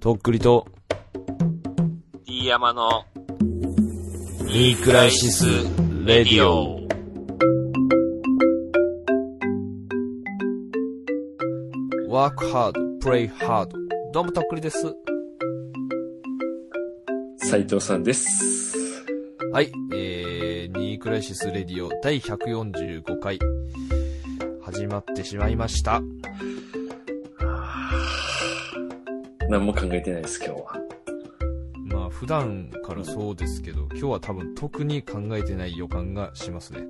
とっくりと、 D 山のいいクライシス・レディオ。Work hard, play hard. どうもとっくりです。斉藤さんです。はい、えー、ニークライシス・レディオ第145回、始まってしまいました。何も考えてないです、今日は。まあ、普段からそうですけど、今日は多分特に考えてない予感がしますね。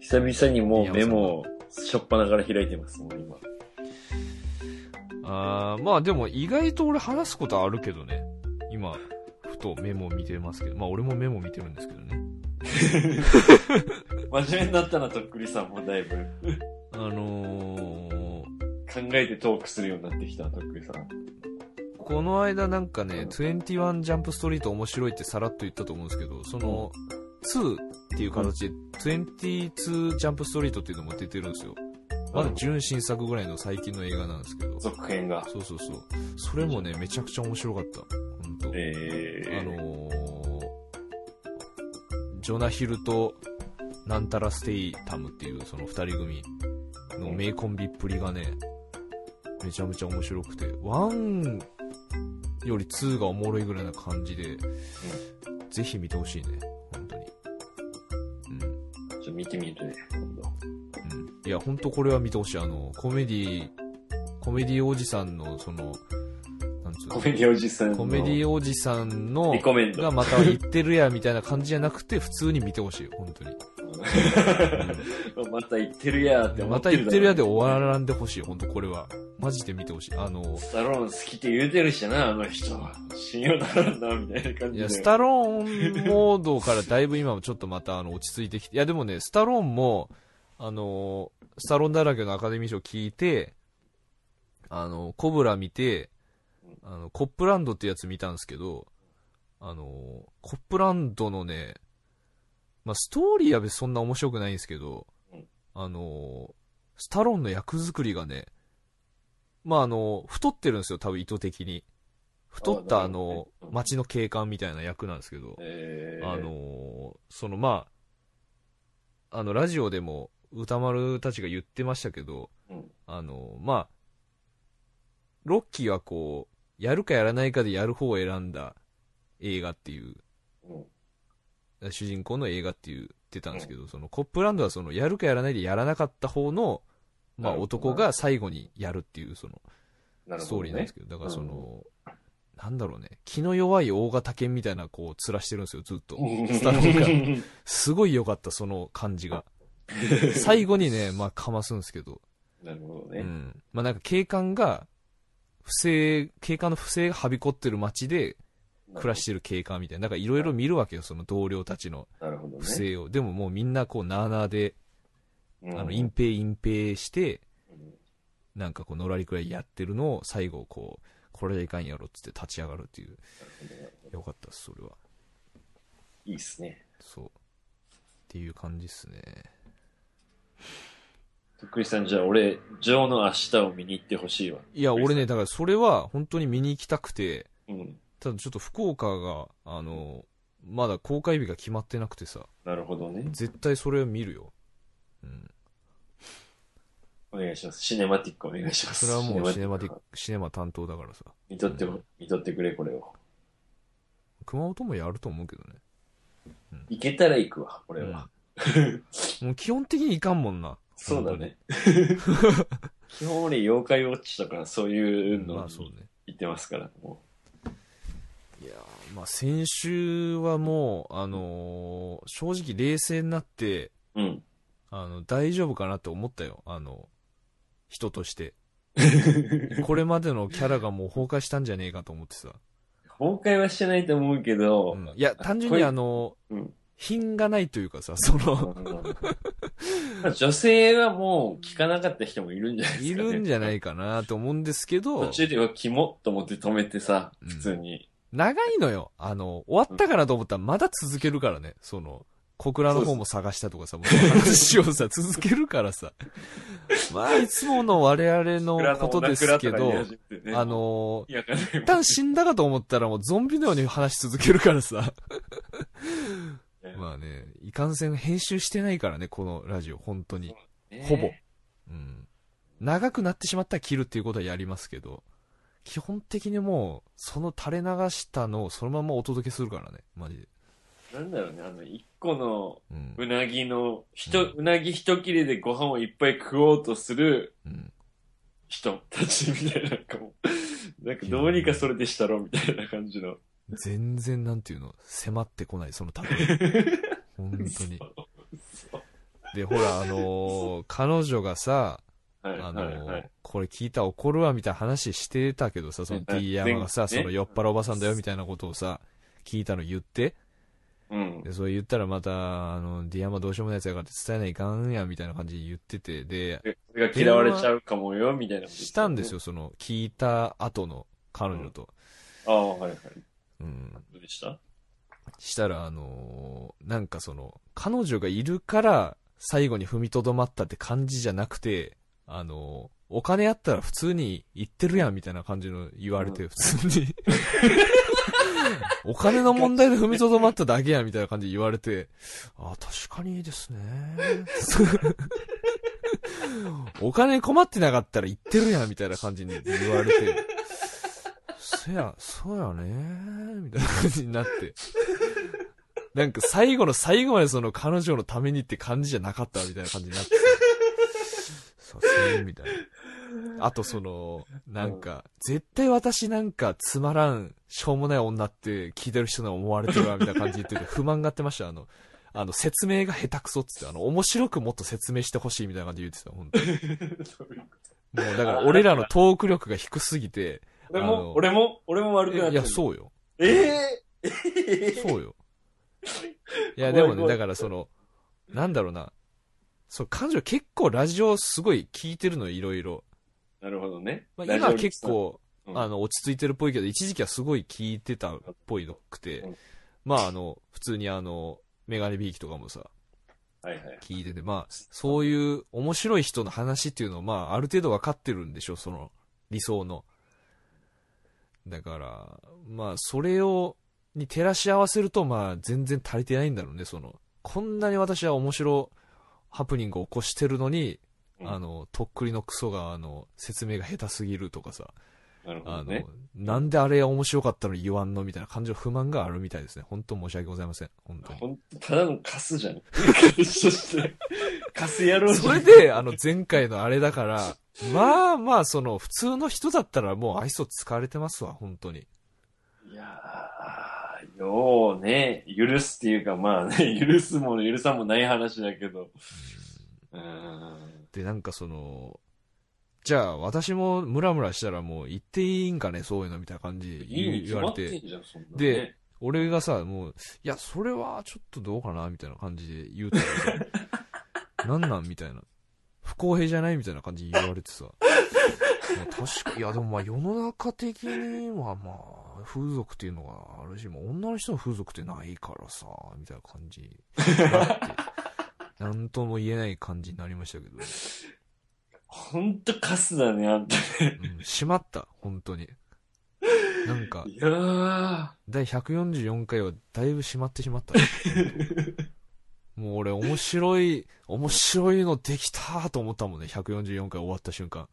久々にもうメモをしょっぱなから開いてます、もう今。あーまあでも意外と俺話すことあるけどね。今、ふとメモ見てますけど、まあ俺もメモ見てるんですけどね。真面目になったな、とっくりさんもだいぶ。あのー、考えてトークするようになってきた、とっくりさん。この間なんかね、21ジャンプストリート面白いってさらっと言ったと思うんですけど、その、2っていう形で、22ジャンプストリートっていうのも出てるんですよ。まだ純新作ぐらいの最近の映画なんですけど。続編が。そうそうそう。それもね、めちゃくちゃ面白かった。ほんと。えあのー、ジョナヒルとなんたらステイタムっていうその二人組の名コンビっぷりがね、めちゃめちゃ面白くて、1より2がおもろいぐらいな感じで、ぜひ見てほしいね、本当に。ちょっと見てみるね、今度。うん、うん。いや、本当これは見てほしい。あの、コメディ、コメディおじさんの、その、なんつうのコメディおじさんの。コメディおじさんのリ、コメンがド。また言ってるやみたいな感じじゃなくて、普通に見てほしいよ、本当に。また言ってるやーって思まってたる言ってるやでお終わらんでほしい、本当これは。マジで見てほしい。あの、スタローン好きって言うてるしな、あの人。信用ならんな、みたいな感いじで。や、スタローンモードからだいぶ今もちょっとまたあの落ち着いてきて、いやでもね、スタローンも、あの、スタローンだらけのアカデミー賞聞いて、あの、コブラ見て、あの、コップランドってやつ見たんですけど、あの、コップランドのね、まあ、ストーリーは別にそんな面白くないんですけどうん、あの、スタローンの役作りがね、まあ、あの、太ってるんですよ、多分意図的に。太っあたなあるほどねの、街の警官みたいな役なんですけど、えー、あ、の、そのまあ、あの、ラジオでも歌丸たちが言ってましたけど、うんあの、まあ、ロッキーはこう、やるかやらないかでやる方を選んだ映画っていううん主人公の映画って言ってたんですけど、そのコップランドはそのやるかやらないでやらなかった方の、まあ、なるほどね男が最後にやるっていうそのなるストほーどリーなんでねす。けど、だからその、なんだろうね気の弱い大型犬みたいなこう面してるんですよずっとスタローンがンすごい良かったその感じが最後にねま あかますんですけど、 なるほどうね。ん、まあなんか警官が不正警官の不正がはびこってる街で暮らしてる警官みたいななんかいろいろ見るわけよその同僚たちのなるほどね。不正を、でももうみんなこうなあなあで、うんあの隠蔽隠蔽してうんなんかこうのらりくらいやってるのを最後こうこれじゃいかんやろっつって立ち上がるっていうよかったっすそれはいいっすね。そうっていう感じっすねとっくりさん、じゃあ俺、ジョーの明日を見に行ってほしいわ。いや俺ねだからそれは本当に見に行きたくてうん。ただちょっと福岡があのまだ公開日が決まってなくてさなるほどね。絶対それを見るようんお願いします。シネマティックお願いします。それはもうシネマティック。クシネマ担当だからさ見とってほ、見とってくれ、これを。熊本もやると思うけどね行けたら行くわ、これは。うんもう基本的にいかんもんなそうだね。 基本俺、妖怪ウォッチとかそういうまのあそうね行ってますから、もいやーまあ先週はもうあのー正直冷静になってう。うん。あの大丈夫かなって思ったよあの人として これまでのキャラがもう崩壊したんじゃねえかと思ってさ、崩壊はしてないと思うけど、うんいや単純こにれあのうん品がないというかさそのまあ女性はもう聞かなかった人もいるんじゃないでいすか、ね。るんじゃないかなと思うんですけど途中ではキモッと思って止めてさ、うん普通に。長いのよあの終わったかなと思ったらまだ続けるからねその小倉の方も探したとかさ、もうその話をさ、続けるからさ。まあ、いつもの我々のことです けど、あ、のいや、わかんない一旦死んだかと思ったらもうゾンビのように話し続けるからさ。まあね、いかんせん編集してないからね、このラジオ、本当に。ほぼ。うん。長くなってしまったら切るっていうことはやりますけど、基本的にもう、その垂れ流したのをそのままお届けするからね、マジで。なんだろうね、あの、一個のうん。うなぎの、ひうと、うなぎ一切れでご飯をいっぱい食おうとするうん。人たちみたいな、なんかも う、なんかどうにかそれでしたろ、みたいな感じの。全然なんていうの、迫ってこない、その 例え。本当に。嘘。で、ほら、あのー彼女がさ、はい、あはのーい、はい。これ聞いたら怒るわみたいな話してたけどさ、そ のはい D 山がさ、前そねの酔っ払おばさんだよみたいなことをさ、聞いたの言って、うん。で、それ言ったらまた、あの、D 山どうしようもないやつやからって伝えないかんやみたいな感じで言ってて、で、でそれが嫌われちゃうかもよ、みたいなこと言ってたねしたんですよ、。その、聞いた後の彼女と。ああ、はい、はい。うん。どうでした したら、あのーなんかその、彼女がいるから、最後に踏みとどまったって感じじゃなくて、あのーお金あったら普通に行ってるやんみたいな感じの言われて、う普通に。 お金の問題で踏みとどまっただけやんみたいな感じで言われて、あー、確かにですね。 お金困ってなかったら言ってるやんみたいな感じに言われて、そや、そうやねみたいな感じになって。なんか最後の最後までその彼女のためにって感じじゃなかったみたいな感じになってさ。さすがにみたいな。あとその、なんか、絶対私なんかつまらん、しょうもない女って聞いてる人に思われてるわみたいな感じで言ってて不満がってました。あの、あの、説明が下手くそっつって、あの、面白くもっと説明してほしいみたいな感じで言ってた、本当に。もうだから俺らのトーク力が低すぎて、俺あのも、俺も、俺も悪くなっているや、そうよ。ええそうよ。いや、でも怖ね、い怖だいからその、なんだろうな。そう、彼女結構ラジオすごい聞いてるのよ、いろいろ。 なるほどね。まあ、ラジオ今リ結スナー、構、うんあの、落ち着いてるっぽいけど、一時期はすごい聞いてたっぽいのくてうん、まあ、あの、普通にあの、メガネビーキとかもさ、はいはい。聞いてて、まあ、そういう面白い人の話っていうのを、まあ、ある程度分かってるんでしょ、その、理想の。だから、まあ、それを、に照らし合わせると、まあ、全然足りてないんだろうね、その、こんなに私は面白ハプニングを起こしてるのに、うんあの、とっくりのクソが、あの、説明が下手すぎるとかさ、なるほあどの、ね。なんであれ面白かったのに言わんのみたいな感じの不満があるみたいですね。本当申し訳ございません。本当に。ほんと、ただのカ スじゃん。そして、カス野郎じそゃれん。で、あの、前回のあれだ から、まあまあ、その、普通の人だったらもう愛想使われてますわ、本当に。いやー、ようね、許すっていうか、まあね、 許すもの許さんもない話だけど。うーん。で、なんかその、じゃあ、私もムラムラしたらもう言っていいんかね、そういうのみたいな感じでいいに言決言わまれってて。んじゃん、そんな、ね。で、俺がさ、もう、いや、それはちょっとどうかな、みたいな感じで言うたらさ、なんなんみたいな。不公平じゃないみたいな感じで言われてさ。まあ確か、いやでもまあ世の中的にはまあ、風俗っていうのがあるし、まあ女の人の風俗ってないからさ、みたいな感じになって。なんとも言えない感じになりましたけど、ほんとカスだね、あんた。うん、しまった、本当に。なんか、いやー。第144回はだいぶ閉まってしま った。もう俺面白い、面白いのできたと思ったもんね。144回終わった瞬間。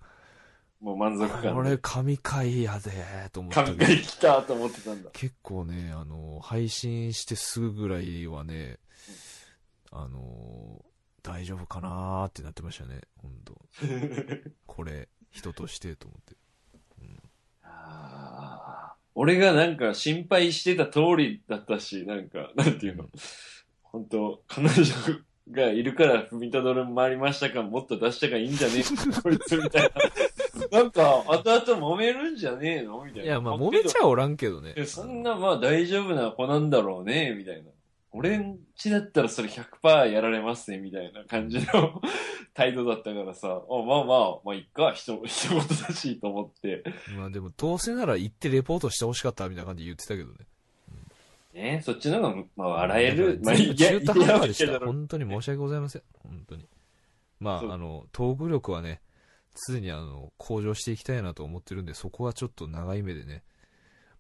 もう満足感で。これ神回やでーと思ったけ神ど。回来たと思ってたんだ。結構ね、あの、配信してすぐぐらいはね、あの、大丈夫かなーってなってましたね。本当これ、人としてと思って。あー俺がなんか心配してた通りだったし、なんか、なんていうの。本当彼女がいるから踏みとどる回りましたかもっと出したがいいんじゃねえ のこいつみたいな。なんか、後々揉めるんじゃねえのみたいな。いや、まあ揉めちゃおらんけどねい。やそんなまあ大丈夫な子なんだろうね、みたいな。俺んちだったらそれ100%やられますね、みたいな感じの 態度だったからさ、あまあまあ、まあいっか、ひと一言だしと思って。まあでも、どうせなら行ってレポートしてほしかったみたいな感じで言ってたけどね。ね、そっちの方が、まあ、笑える。まあ、全部中途半端でしいやた。いや本当に申し訳ございません。本当に。まそうあ、あの、トーク力はね、常にあの、向上していきたいなと思ってるんで、そこはちょっと長い目でね。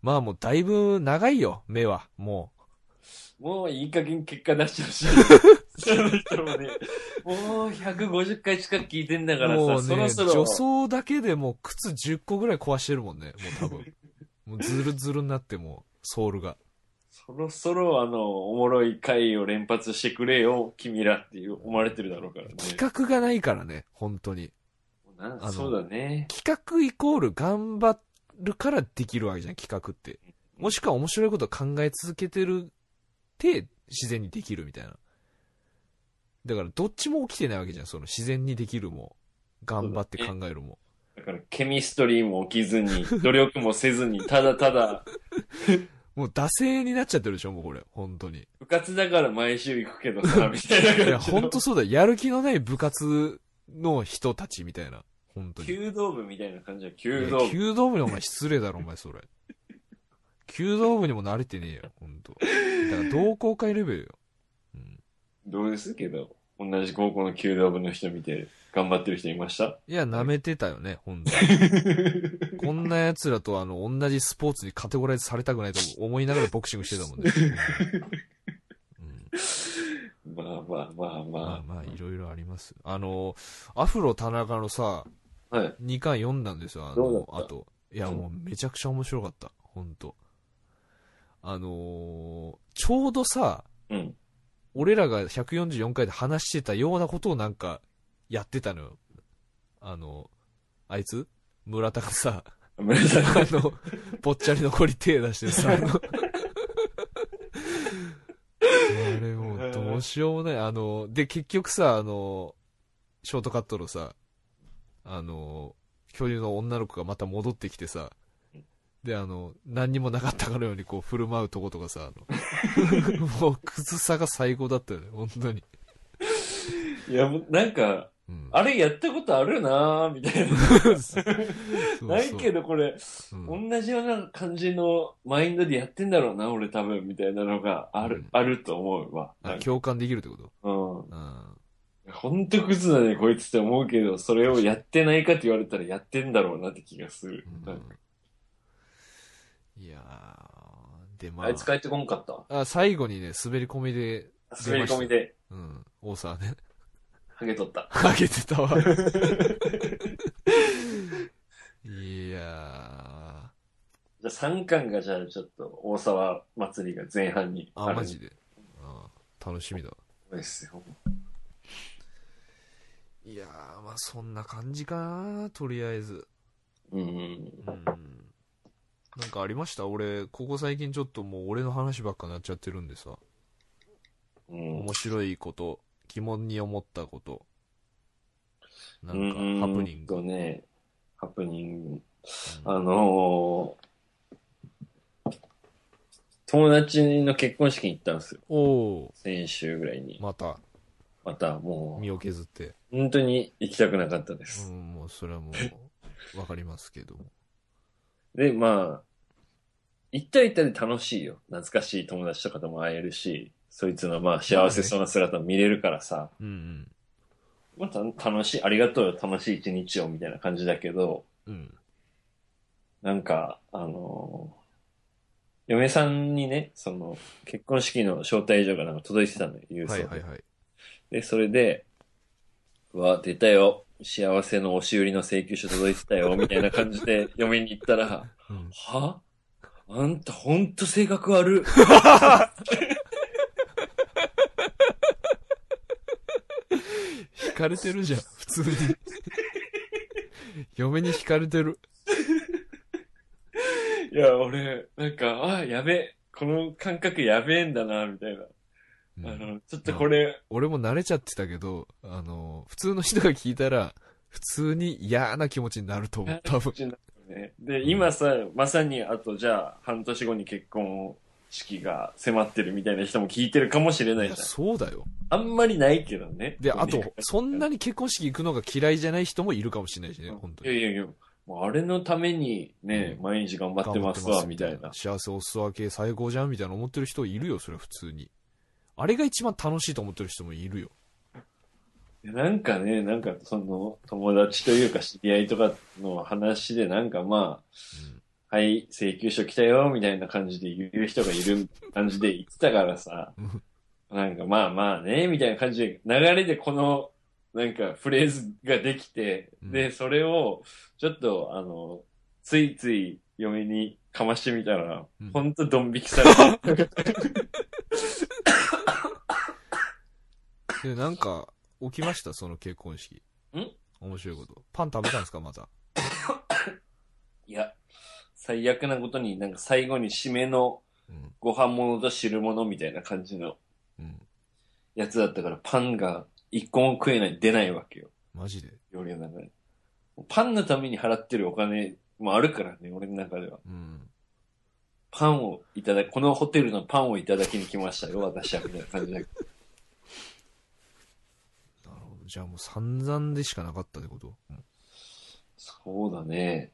まあもうだいぶ長いよ、目は。ももういい加減結果出してほ しい。その人もね、もう150回近く聞いてんだう。からもさ、うそね、ろそろ。女装だけでもう靴10個ぐらい壊してるもんね、もう多分。 もうズルズルになってもう、ソールが。そろそろあの、おもろい回を連発してくれよ、君らっていう思われてるだろうからね。企画がないからね、本当に。なんあのそうだね。企画イコール頑張るからできるわけじゃん、企画って。もしくは面白いことを考え続けてるって、自然にできるみたいな。だから、どっちも起きてないわけじゃん、その自然にできるも、頑張って考えるも。だから、ケミストリーも起きず に、努力もせずに、ただただ、もう、惰性になっちゃってるでしょ、もうこれ、本当に。部活だから毎週行くけどさ、みたいないや、感じの。本当そうだ、やる気のない部活の人たちみたいな、本当に。弓道部みたいな感じだ、いや弓道部。弓道部にお前失礼だろ、お前それ。 弓道部にも慣れてねえよ、本当。だから同好会レベルよ。うん。どうですけど、同じ高校の弓道部の人見て、頑張ってる人いましたいや、舐めてたよね、本当にこんな奴らとあの、同じスポーツにカテゴライズされたくないと思いながらボクシングしてたもんね。うんまあまあまあまあままあ、いろいろあります。あの、アフロ田中のさ、あ。はい。 2巻読んだんですよ、あどうの、だあったと。いや、もうめちゃくちゃ面白かった、本当あのーちょうどさ、うん。俺らが144回で話してたようなことをなんかやってたのよ。あの、あいつ村田がさ、村田あの、ぽっちゃり残り手出してさ、あのあれもうどうしようもない。あの、で、結局さ、あの、ショートカットのさ、あの、恐竜の女の子がまた戻ってきてさ、で、あの、何にもなかったかのようにこう振る舞うとことかさ、あ のもう、くずさが最高だったよね、本当に。いや、もうなんか、うん、あれやったことあるなぁ、みたい な。そうそうないけど、これ、うん同じような感じのマインドでやってんだろうな、俺多分、みたいなのがある、うんあると思うわ。なあんか共感できるってことうん。うん。ほんとクズだね、こいつって思うけど、それをやってないかって言われたらやってんだろうなって気がする。なんかいやー、で、まあ、あいつ帰ってこんかったあ最後にね、滑り込みで、滑り込みで、うん、大沢ね、 ハゲ取った。かけてたわ。いやじゃあ3巻がじゃあちょっと大沢祭りが前半にー、あ、マジで。あー楽しみだ。そうですよ。いやー、まあそんな感じかな、とりあえず。うん。うん。なんかありました俺、ここ最近ちょっともう俺の話ばっかなっちゃってるんでさ。うん面白いこと、疑問に思ったこと、なうんかハプニング。とね、ハプニング。うんあのー友達の結婚式に行ったんですよ。おお先週ぐらいに。またまたも身を削って、う、本当に行きたくなかったでうす。ん、もうそれはもう、わかりますけども。で、まあ、行ったら行ったで楽しいよ。懐かしい友達とかとも会えるし、そいつのまあ幸せそうな姿見れるからさ、うんまあた楽しい、ありがとうよ、楽しい一日をみたいな感じだけど、うん。うん。なんか、あのー嫁さんにね、その、結婚式の招待状がなんか届いてたのよ、郵送はでいはいはい。で、それで、うわ、出たよ。幸せの押し売りの請求書届いてたよ。みたいな感じで嫁に行ったら、うん、 はあんたほんと性格悪い。惹かれてるじゃん、普通に。嫁に惹かれてる。いや、俺、なんか、あ、やべ、この感覚やべえんだな、みたいな。うんあの、ちょっとこれ、俺も慣れちゃってたけど、あの、普通の人が聞いたら、普通に嫌な気持ちになると思う、多分。ね、で、今さ、まさにあと、じゃあ、半年後に結婚式が迫ってるみたいな人も聞いてるかもしれないいじやゃん。そうだよ。あんまりないけどね。で、あと、そんなに、に結婚式行くのが嫌いじゃない人もいるかもしれないしね、うん本当いやに。いやいや、もうあれのためにね、う毎日頑張ってますわ、みたいな。幸せおすわけ最高じゃんみたいな思ってる人いるよ、それは普通に。あれが一番楽しいと思ってる人もいるよ。なんかね、なんかその友達というか知り合いとかの話でなんかまあ、はい、請求書来たよ、みたいな感じで言う人がいる感じで言ってたからさうん、なんかまあまあね、みたいな感じで流れでこの、なんかフレーズができて、うんで、それをちょっとあの、ついつい嫁にかましてみたらうん、ほんとドン引きされて、 で、なんか、起きました、その結婚式。ん面白いこと。パン食べたんですか、また。いや、最悪なことになんか最後に締めのうん。ご飯物と汁物みたいな感じのうん。やつだったからパンが一個も食えない、出ないわけよ。マジで。料理の中で。パンのために払ってるお金もあるからね、俺の中では。うん。パンをいただき、このホテルのパンをいただきに来ましたよ、私は、みたいな感じだけど。なるほど。じゃあもう散々でしかなかったってこと、そうだね。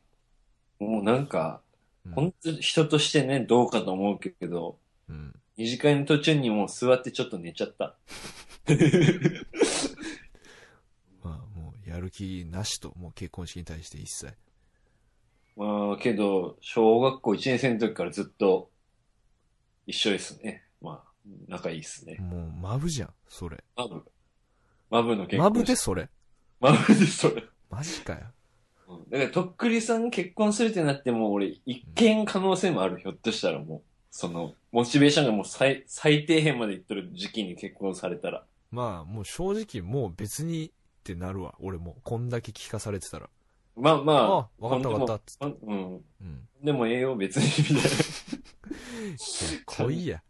もうなんか、うん、本当人としてね、どうかと思うけど、うん。二次会の途中にもう座ってちょっと寝ちゃった。まあ、もう、やる気なしと、もう結婚式に対して一切。まあ、けど、小学校1年生の時からずっと一緒ですね。まあ、仲いいですね。もう、マブじゃん、それ。マブ。マブの結婚マブで式それ。マブです、それ。マジかよ。うんだから、とっくりさん結婚するってなっても、俺、一見可能性もある。ひょっとしたらもう、その、モチベーションがもう最最低限までいっとる時期に結婚されたら。まあ、もう正直、もう別にってなるわ、俺も。こんだけ聞かされてたら。まあまああ、わかったわかった、つって。ほんでもうん。うん。でも、栄養別に、みたいな。いや来い や。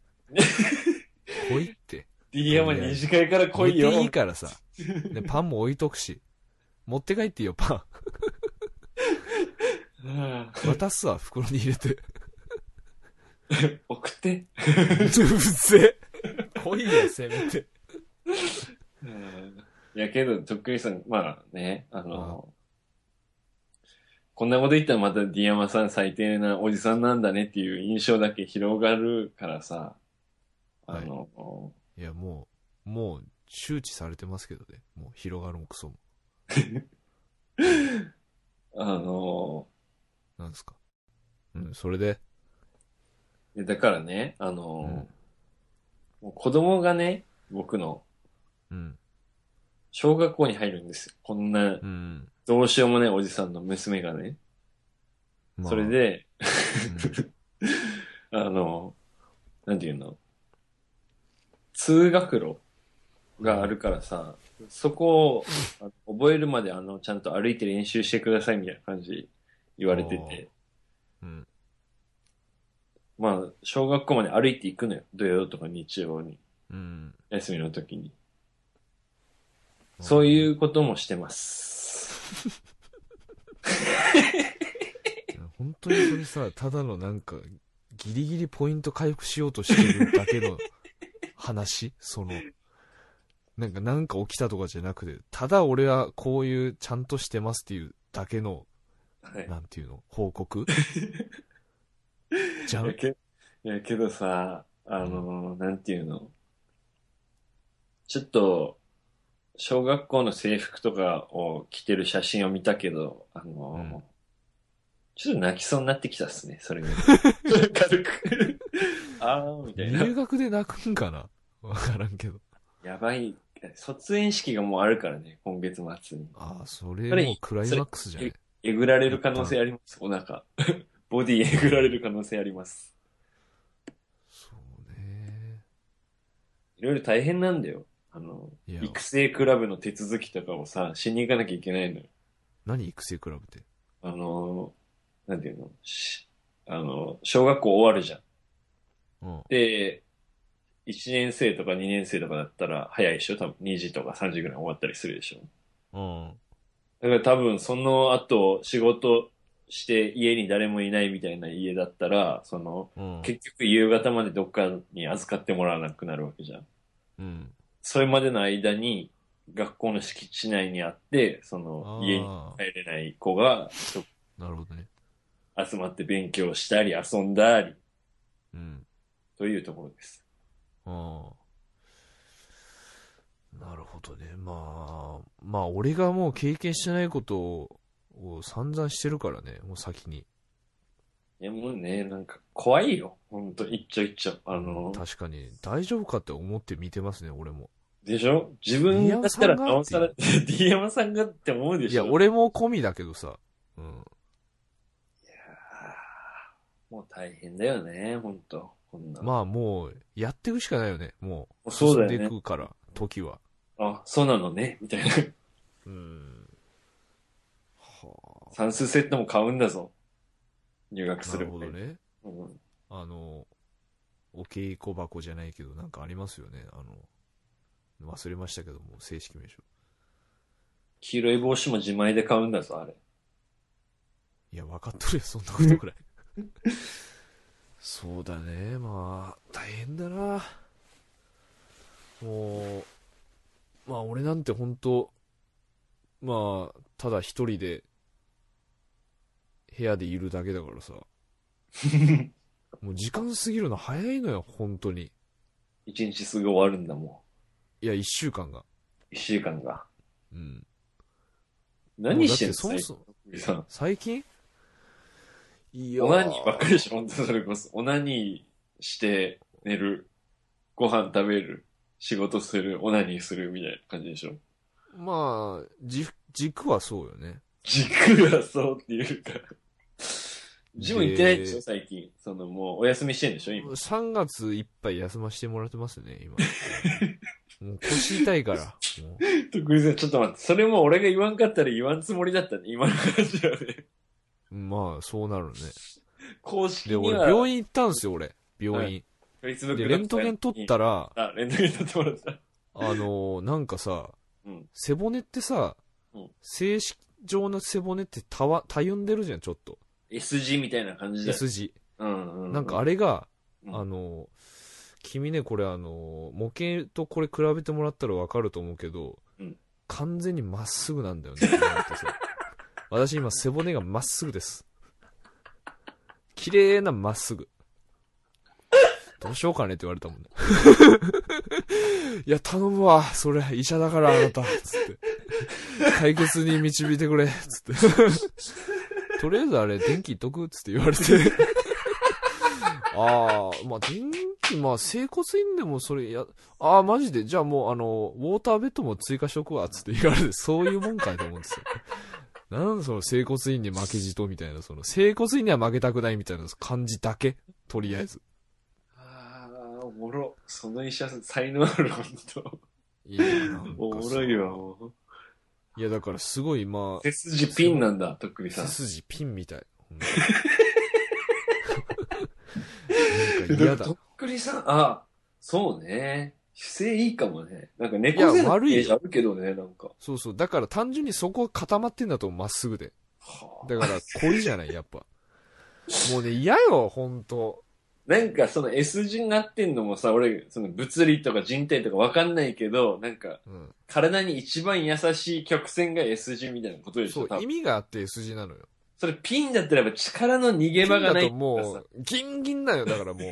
来いって。 D 山二次会から来いよ。置ていいからさ。で、パンも置いとくし。持って帰っていいよ、パうんン。渡すわ、袋に入れ て。送って。うるせえ。来いや、せめて。うんいやけど、とっくりさん、まあね、あの、こんなこと言ったらまた D 山さん最低なおじさんなんだねっていう印象だけ広がるからさ、あの、いや、もう、もう、周知されてますけどね。もう、広がるもクソも。あの、なんですか。うん、それで。いやだからね、あの、もう子供がね、僕のうん。小学校に入るんですよ。こんなうん。どうしようもないおじさんの娘がね、まあそれ、で、うんあの、なんていうの通学路があるからさ、そこをあの覚えるまであの、ちゃんと歩いて練習してくださいみたいな感じ言われてて、うん。まあ、小学校まで歩いて行くのよ。土曜とか日曜に、うん。休みの時に。 そうういん。うこともしてます。本当にそれさ、ただのなんか、ギリギリポイント回復しようとしてるだけ の話その、なんか、なんか起きたとかじゃなくて、ただ俺はこういう、ちゃんとしてますっていうだけの、はい。なんていうの、報 告じゃいやん。けいやけどさ、あのーなんていうのちょっと、小学校の制服とかを着てる写真を見たけど、あのーうんちょっと泣きそうになってきたっすね、それが。軽く。あー、みたいな。入学で泣くんかな わからんけど。やばい。卒園式がもうあるからね、今月末に。ああ、それそれもうクライマックスじゃねそえぐられる可能性あります、お腹。ボディえぐられる可能性あります。そうね。いろいろ大変なんだよ。あのーいや、育成クラブの手続きとかをさ、しに行かなきゃいけないのよ。何育成クラブって。あのー、なんていうのしあのー、小学校終わるじゃん。うん。で、1年生とか2年生とかだったら早いでしょ多分2時とか3時ぐらい終わったりするでしょうん。だから多分その後仕事して家に誰もいないみたいな家だったら、その、うん。結局夕方までどっかに預かってもらわなくなるわけじゃん。うん。それまでの間に学校の敷地内にあって、その家にああ帰れない子がなるほどね。集まって勉強したり、遊んだり、うん。というところです。ああ。なるほどね。まあ、まあ、俺がもう経験してないことをを散々してるからね、もう先に。いや、もうね、なんか、怖いよ。ほんと、一丁一丁。あの、確かに、大丈夫かって思って見てますね、俺も。でしょ自分だったら、 D なお山ささんら が、 D 山さんがって思うでいしょや、。俺も込みだけどさ。うん。もう大変だよね、ほんと。こんな。まあ、もう、やっていくしかないよね、もう。そうだよね進んでいくから、時は。あ、そうなのね、みたいな。 うん。は算数セットも買うんだぞ。入学あ。すなるるほどね。うんあの、お稽古箱じゃないけど、なんかありますよね。あの、忘れましたけども、正式名称。黄色い帽子も自前で買うんだ ぞ、あれ。いや、分かっとるよ、そんなことくらい。そうだね、まあ、大変だな。もう、まあ、俺なんて本当まあ、ただ一人で、部屋でいるだけだからさ。もう時間過ぎるの早いのよ、本当に。一日すぐ終わるんだもいや、一週間が。ん。一週間が。うん。何してんのもうだってそも最近さそも、最近んいやーオナニーばっかりでしょ、本当それこそ。オナニーして寝る。ご飯食べる。仕事する。オナニーするみたいな感じでしょ。まあ、じ、軸はそうよね。軸がそうっていうか。ジム行ってないでしょ、最近。そのもうお休みしてんでしょ、今。 3月いっぱい休ませてもらってますね、 今。もう腰痛いから。もう徳井さん、ちょっと待って。それも俺が言わんかったら言わんつもりだったね。今の感じはね。まあ、そうなるね。公式で、に俺、は、病院行ったんですよ、俺。病院。 Facebook で、のレントゲン取ったら、あ、レントゲン撮ってもらった。あのーなんかさうん、背骨ってさうん、正常な背骨ってたわ、たゆんでるじゃん、ちょっと。 S 字みたいな感じだよ。 S 字。うんうん。なんかあれが、うんあのー君ね、これあのー模型とこれ比べてもらったらわかると思うけど、うん完全にまっすぐなんだよね。 私今背骨がまっすぐです。綺麗なまっすぐ。どうしようかねって言われたもんね。 いや、頼むわ。それ、医者だから、あなた。つって。解決に導いてくれ。つって。 とりあえずあれ、電気いっとくつって言われて。ああ、まあ、電気、まあ、整骨院でもそれや、ああ、マジで、じゃあもう、あの、ウォーターベッドも追加しとくわ、つって言われて、 そういうもんかいと思うんですよ。 なんだその整骨院に負けじとみたいな、その、整骨院には負けたくないみたいな感じだけとりあえず。あーおもろ。その医者、才能ある、ほんと。いや、なんかおもさろいわ、。もう。いや、だからすごい、まあ、背筋ピンなんだ、とっくりさ背ん。筋ピンみたい。ほん となんか嫌だとっ。くりさん、あ、そうね。姿勢いいかもね。なんかい猫や背のイ悪いメよージあるけどね、なんか。そうそう。だから単純にそこが固まってんだと思う、まっすぐで。はあだから、恋じゃない、やっぱ。 もうね、嫌よ、ほんと。なんかその S 字になってんのもさ、俺、その物理とか人体とかわかんないけど、なんかうん。体に一番優しい曲線が S 字みたいなことでしそょ、う多、意分味があって S 字なのよ。それピンだったらやっぱ力の逃げ今場がだなといからさもう、ギンギンだよ、だ からもう。ずっ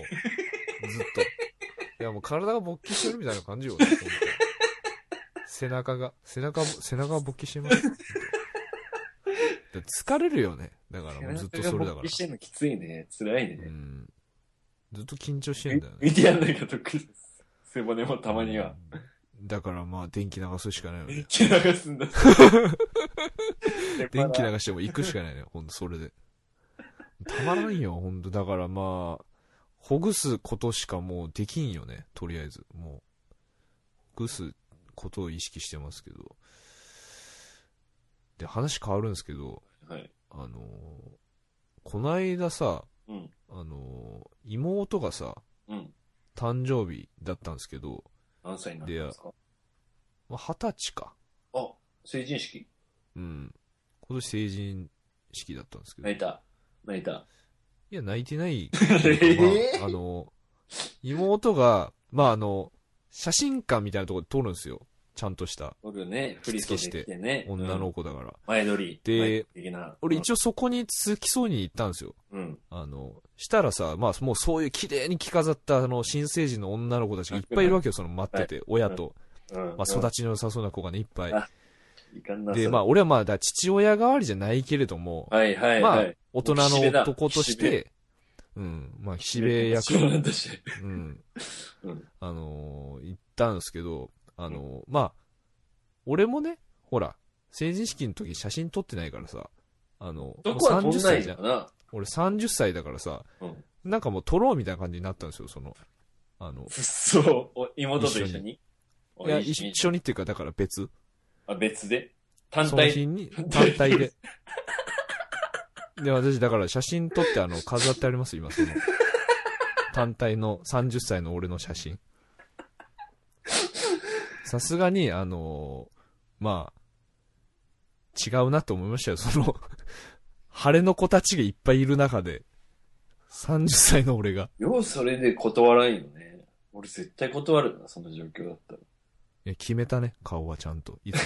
と。いや、もう体が勃起してるみたいな感じよ、ね、ほんと背中が、背中も、背中が勃起して ます。ほんとだから疲れるよね。だからもうずっとそれだ背中かが勃ら起。してんのきついね。辛いね。うん。ずっと緊張してんだよね。見てやんないか、とっくりさん。背骨もたまには。うん。だからまあ、電気流すしかないよね電。気流すんだ。 電気流しても行くしかない ね、ほんと、それで。たまらんよ、ほんと。だからまあ、ほぐすことしかもうできんよね、とりあえず。もう、ほぐすことを意識してますけど。で、話変わるんですけど、はい。あのーこないださ、うん。あのー妹がさ、うん。誕生日だったんですけど、何歳になったんですかまあ二十歳か。あ、成人式うん。今年成人式だったんですけど。泣いた。泣いた。いや、泣いてない。えまあ、あの、妹が、まあ、あの、写真館みたいなところで撮るんですよ。ちゃんとしたおるね、フリストできてね。女うんの子だから。前乗り。で前乗り的な、俺一応そこに付きそうに行ったんですよ。応、うん。あの、したらさ、まあもうそういう綺麗に着飾ったあの新成人の女の子たちがいっぱいいるわけよ、その待ってて、親と。うん。まあ育ちの良さそうな子がね、いっぱい。いかんな。で、まあ、俺はまあ、だ父親代わりじゃないけれどもあ、、はいはいまはあい。、大人の男とし岸辺て、うん、まあ、岸辺役、そうなんだしうんうん、あのー行ったんですけど、あのーまあ、俺もね、ほら、成人式の時写真撮ってないからさ、あの、そこはもう飛んない歳じのゃかん。な。俺30歳だからさ、うんなんかもう撮ろうみたいな感じになったんですよ、その、あの、そう、お妹と一緒においや一緒にっていうか、だから別。あ、別で単その体。日 に単体単体で。で、私、だから写真撮って、あの、飾ってあります、今、その。単体の30歳の俺の写真。さすがに、あのーまあ、違うなと思いましたよ。その、晴れの子たちがいっぱいいる中で、30歳の俺が。ようそれで断らんよね。俺絶対断るな、その状況だったら。いや決めたね、顔はちゃんと。いつも。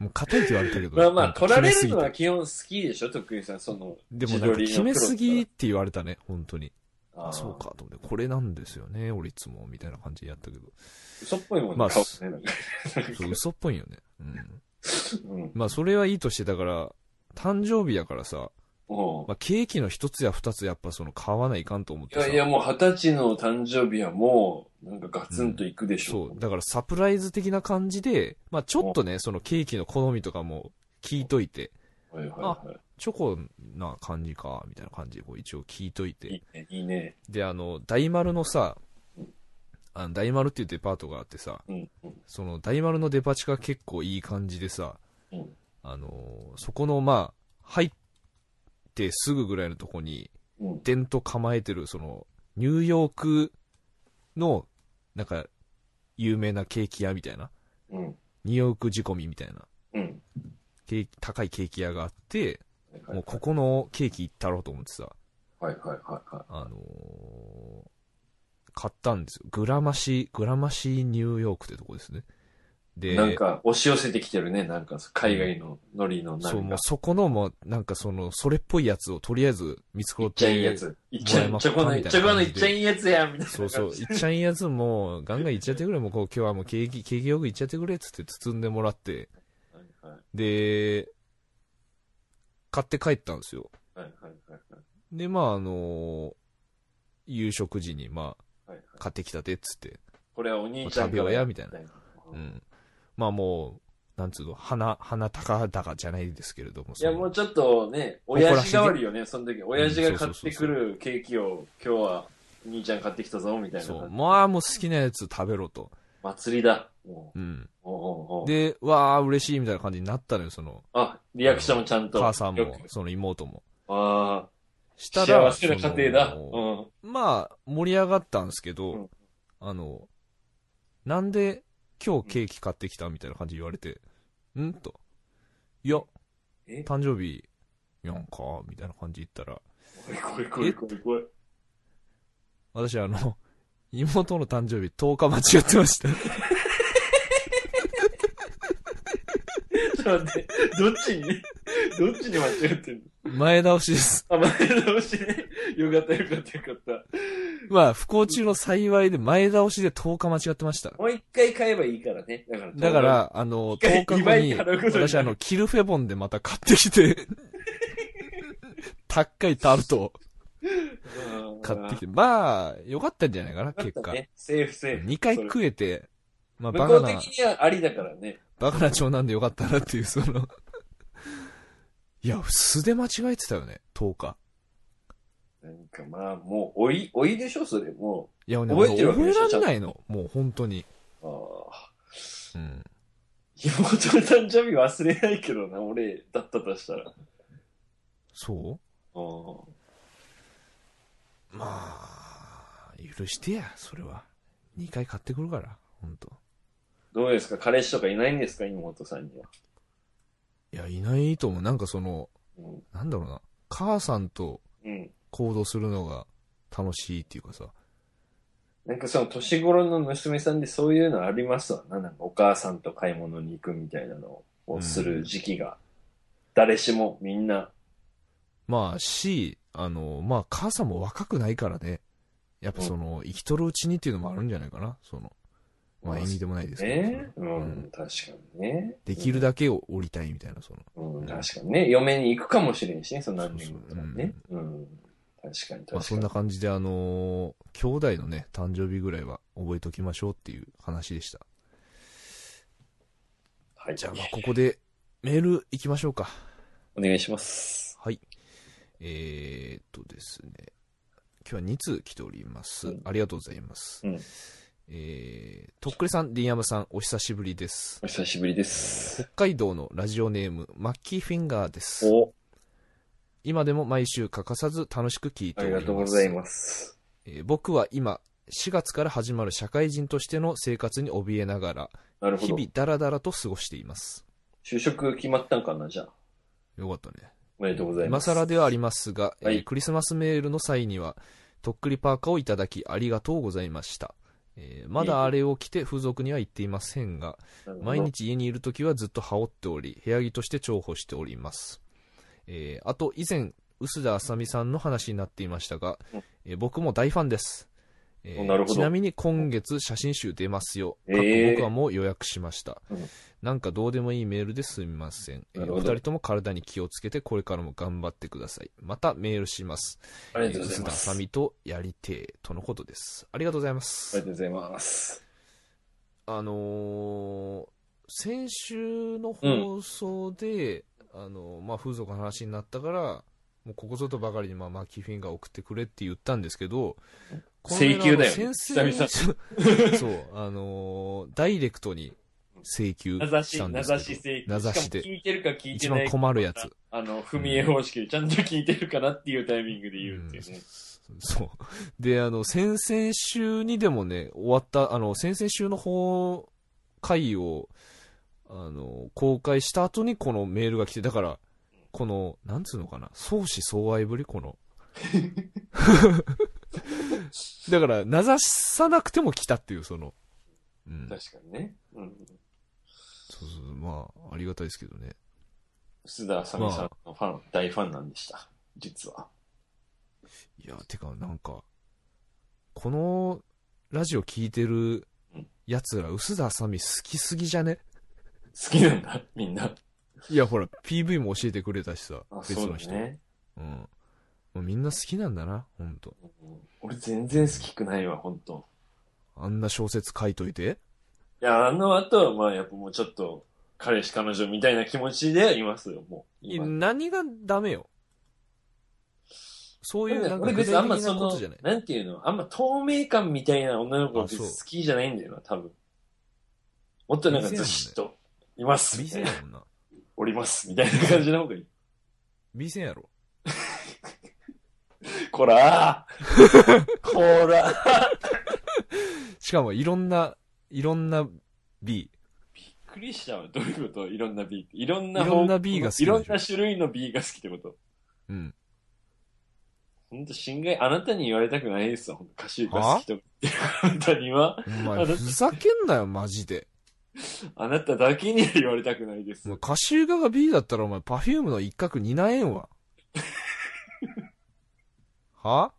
もう硬いって言われたけど。まあまあ、取られるのなはんか決めすぎて基本好きでしょ、徳井さん。その、でもなんか決めすぎって言われたね、本当に。あーあ、そう。かと思って、これなんですよね、俺いつも、みたいな感じでやったけ ど。嘘っぽいもんね。まあ顔ねなんかそう、嘘っぽいよね。うん。 うん。まあ、それはいいとして、だから、誕生日やからさ、もまあ、ケーキの一つや二つやっぱその買わないかんと思っうていさ。やいや、もう二十歳の誕生日はもう、なんかガツンといくでしょ。そう、だからサプライズ的な感じで、まあ、ちょっとね、そのケーキの好みとかも聞いといて、はいはいはチョコな感じか、みたいな感じで、こう一応聞いといてい。い。いね、いいね。で、あの、大丸のさ、あの大丸っていうデパートがあってさ、うん。うんその大丸のデパ地下結構いい感じでさ、うんあのーそこのまあ入ってすぐぐらいのとこにうん。でんと構えてるそのニューヨークのなんか有名なケーキ屋みたいなうん。ニューヨーク仕込みみたいなうん。ケーキ高いケーキ屋があってはいもうここのケーキ行ったろうと思ってさ、はいはいはいはい。あのー買ったんですよグラマシグラマシニューヨークってとこですねでなんか押し寄せてきてるね、なんか海外のノリのなんか。そう、もうそこのもう、なんかその、それっぽいやつをとりあえず見繕いっっちゃて。いいやつ。いっちもゃらえいいまちすょこかのいみったいなちょこのいっちゃいいやつや、みたいな。そう そう、いっちゃいいやつも、ガンガンいっちゃってくれ、もうこう今日はもう景気、景気よくいっちゃってくれっつって包んでもらって、はいはいで、買って帰ったんですよ。はいはいはいはいで、まああのー夕食時に、まあ、はいはい。買ってきたでっつって、これはお兄ちゃんから食べようやみたいな。ううんん。まあもう、なんつうの、鼻、鼻高々じゃないですけれども、いや、そのもうちょっとね、親父代わりよね、その時。親父が買ってくるケーキを今日は兄ちゃん買ってきたぞ、みたいなそう、感じ。まあもう好きなやつ食べろと。祭りだ。もうん。うおうおうおうで、わあ、嬉しいみたいな感じになったのよ、その、あ、リアクションもちゃんと。母さんよもく、その妹も。あしあ、たら、幸せな家庭だ。そうのん。まあ、盛り上がったんですけど、うんあの、なんで今日ケーキ買ってきたみたいな感じで言われて、んと。いや、え誕生日やんか、みたいな感じ言ったら、怖い怖い怖い怖い。私、あの、 妹の誕生日10日間違ってました。 ちょっと待って、どっちに、どっちに間違ってんの前倒しです。 あ、前倒しね。よかったよかったよかった。まあ、不幸中の幸いで前倒しで10日間違ってました。もう一回買えばいいからね。だから、だか、ら、あの、一回10日二後倍に、払うことになる私、あの、キルフェボンでまた買ってきて、 高いタルトを買ってきて、まあ、良かったんじゃないかな、結結果、果。ね。セーフセーフ。 2回それ食えて、まあ、バ向カこうな、的にはありだからね。バカな長男で良かったなっていう、その、いや、素で間違えてたよね、10日。なんかまあ、もう、老い、老いでしょ、それ。もいや、ね、覚えてるわけ俺でしょ覚えられないの、もう本当に。う。ああ。うん。妹の誕生日忘れないけどな、俺だったとしたら。あそあ。うまあ、許してや、それは。2回買ってくるから、本当どうですか彼氏とかいないんですか妹さんには。いや、いないと思う。なんかその、うん。なんだろうな。母さんとうん。行動するのが楽しいっていうかさ。なんかその年頃の娘さんでそういうのありますわな。なんかお母さんと買い物に行くみたいなのをする時期が、誰しもみんな、まあ、し、あの、まあ、母さんも若くないからね。やっぱその、生きとるうちにっていうのもあるんじゃないかな。その、まあ、縁起でもないですけど、ね。そうのうんん、確かにね。できるだけを降りたいみたいな、その。うん、確かにね。嫁に行くかもしれんしね、その何年後かにね。うん。確かに、確かまあ、に。そんな感じで、あのー兄弟のね、誕生日ぐらいは覚えときましょうっていう話でした。はい、じゃあ、まあ、ここでメール行きましょうか。お願いします。はい。えー、っとですね。今日は2通来ております。うんありがとうございます。うんえー、とっくりさん、りんやまさん、お久しぶりです。お久しぶりです。北海道のラジオネーム、マッキーフィンガーです。お、今でも毎週欠かさず楽しく聞いてあおりります。がとうございます。えー僕は今、4月から始まる社会人としての生活に怯えながら、なるほ日ど々。ダラダラと過ごしています。就職決まったんかな、じゃあ。よかったね。おめでとうございま今す。更ではありますが、えーはいクリスマスメールの際には、とっくりパーカーをいただきありがとうございました。えーまだあれを着て風俗には行っていませんが、なるほど毎。日家にいるときはずっと羽織っており、部屋着として重宝しております。えーあと、以前、臼田あさみさんの話になっていましたがうん、えー僕も大ファンです。えーおなるほどちなみに今月写真集出ますよ。えー過去僕はもう予約しました。うんなんかどうでもいいメールですみません。えーなるおほ二ど人とも体に気をつけてこれからも頑張ってください。またメールします。ありがとうございえー臼ま田あさす。ありみとやりてえとのことです。ありがとうございまがすと。うございます。あのー先週の放送で、あのーまあ、風俗の話になったから、もうここぞとばかりに、まあ、マキフィンが送ってくれって言ったんですけど、この間請求だよあの先生にそう、あのーダイレクトに請求名指し、したん名です指けど、し請求。名指ししかでも聞いてるか聞い一てな番いか。困るやつ。あの、踏み絵方式でちゃんと聞いてるかなっていうタイミングで言うっていうね。うんそう。で、あの、先々週にでもね、終わった、あの、先々週の方、回を、あの、公開した後にこのメールが来て、だから、この、なんつうのかな、相思相愛ぶり、こ の。だから、名指さなくても来たっていう、その、うん。確かにね。うん。そうそう、まあ、ありがたいですけどね。須田あさみさんのファン、大ファンなんでした。実は。いや、てか、なんか、このラジオ聞いてるやつら、薄田あさみ好きすぎじゃね好きなんだ、みんな。いや、ほら、PV も教えてくれたしさあ、、別そうのだ人。ね。うん。もうみんな好きなんだな、ほんと。うん俺全然好きくないわ、本当あんな小説書いといて。いや、あの後は、まあ、やっぱもうちょっと、彼氏彼女みたいな気持ちでいますよ、もう。今何がダメよ。そういう、なんか、俺具別にあ体んま的そなこのとじゃない、。なんていうの、あんま透明感みたいな女の子あそう別に好きじゃないんだよな、多分。もっとなんかずしっと、います、美みたい声なやもんな。おります、みたいな感じの方がいい。美声やろ。こらーこらーしかも、いろんな、いろんな B。びっくりしたわ、どういうこといろんな B って。いろんないろんな B が好きいろんなんなで種類の B が好きってこと。うん。ほんと、侵害、あなたに言われたくないですわ、ほんと歌手がは好きとか言 ってるあなたには、お前、ふざけんなよ、マジで。あなただけには言われたくないです。お前、カシウガが B だったらお前、パフュームの一角担えんわ。 は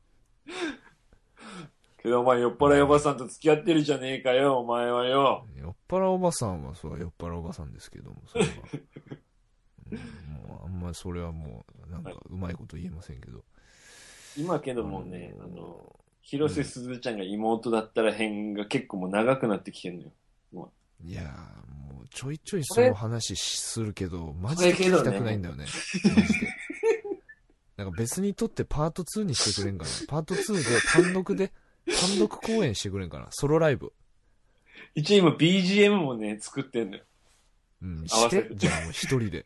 けどお前酔っ払いおばさんと付き合ってるじゃねえかよ、お前はよ。酔っ払おばさんは、そうは酔っ払おばさんですけども、それは。うんもう、あんまりそれはもう、なんか、うまいこと言えませんけど。今けでどもね、あの、、広瀬すずちゃんが妹だったら辺が結構もう長くなってきてんのよ。いやーもう、ちょいちょいその話しするけど、マジで聞きたくないんだよね。マジで。なんか別にとってパート2にしてくれんかな。パート2で単独で、単独公演してくれんかな。ソロライブ。一応今 BGM もね、作ってんのよ。 うん、合しわせてて、じゃあもう一人 で。